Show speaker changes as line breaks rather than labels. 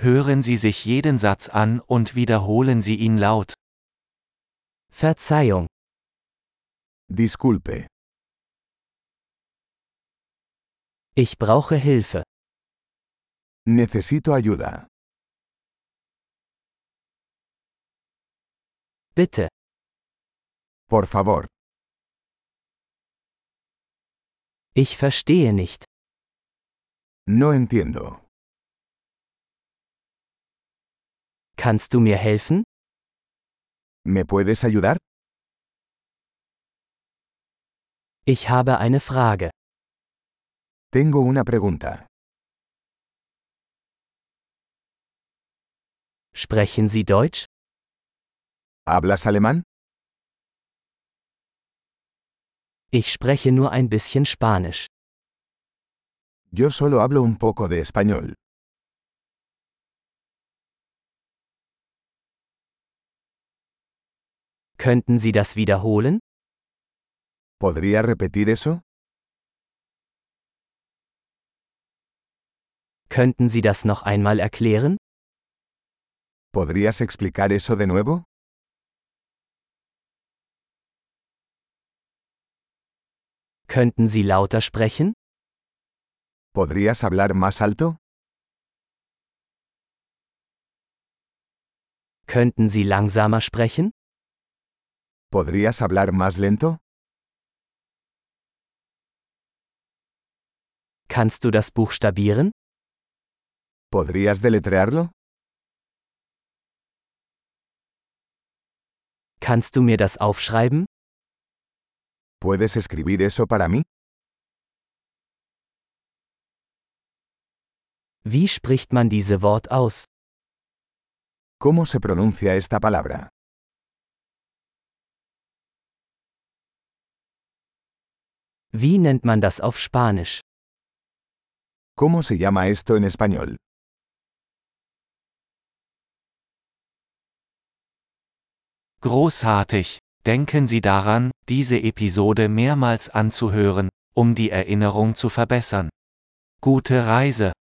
Hören Sie sich jeden Satz an und wiederholen Sie ihn laut.
Verzeihung,
Disculpe,
ich brauche Hilfe.
necesito ayuda.
Bitte,
Por favor,
ich verstehe nicht.
no entiendo.
Kannst du mir helfen?
¿Me puedes ayudar?
Ich habe eine Frage.
Tengo una pregunta.
Sprechen Sie Deutsch?
¿Hablas alemán?
Ich spreche nur ein bisschen Spanisch.
Yo solo hablo un poco de español.
Könnten Sie das wiederholen?
¿Podría repetir eso?
Könnten Sie das noch einmal erklären?
¿Podrías explicar eso de nuevo?
Könnten Sie lauter sprechen?
¿Podrías hablar más alto?
Könnten Sie langsamer sprechen?
¿Podrías hablar más lento?
Kannst du das buchstabieren?
¿Podrías deletrearlo?
Kannst du mir das aufschreiben?
¿Puedes escribir eso para mí?
Wie spricht man diese Wort aus?
¿Cómo se pronuncia esta palabra?
Wie nennt man das auf Spanisch?
¿Cómo se llama esto en español?
Großartig! Denken Sie daran, diese Episode mehrmals anzuhören, um die Erinnerung zu verbessern. Gute Reise!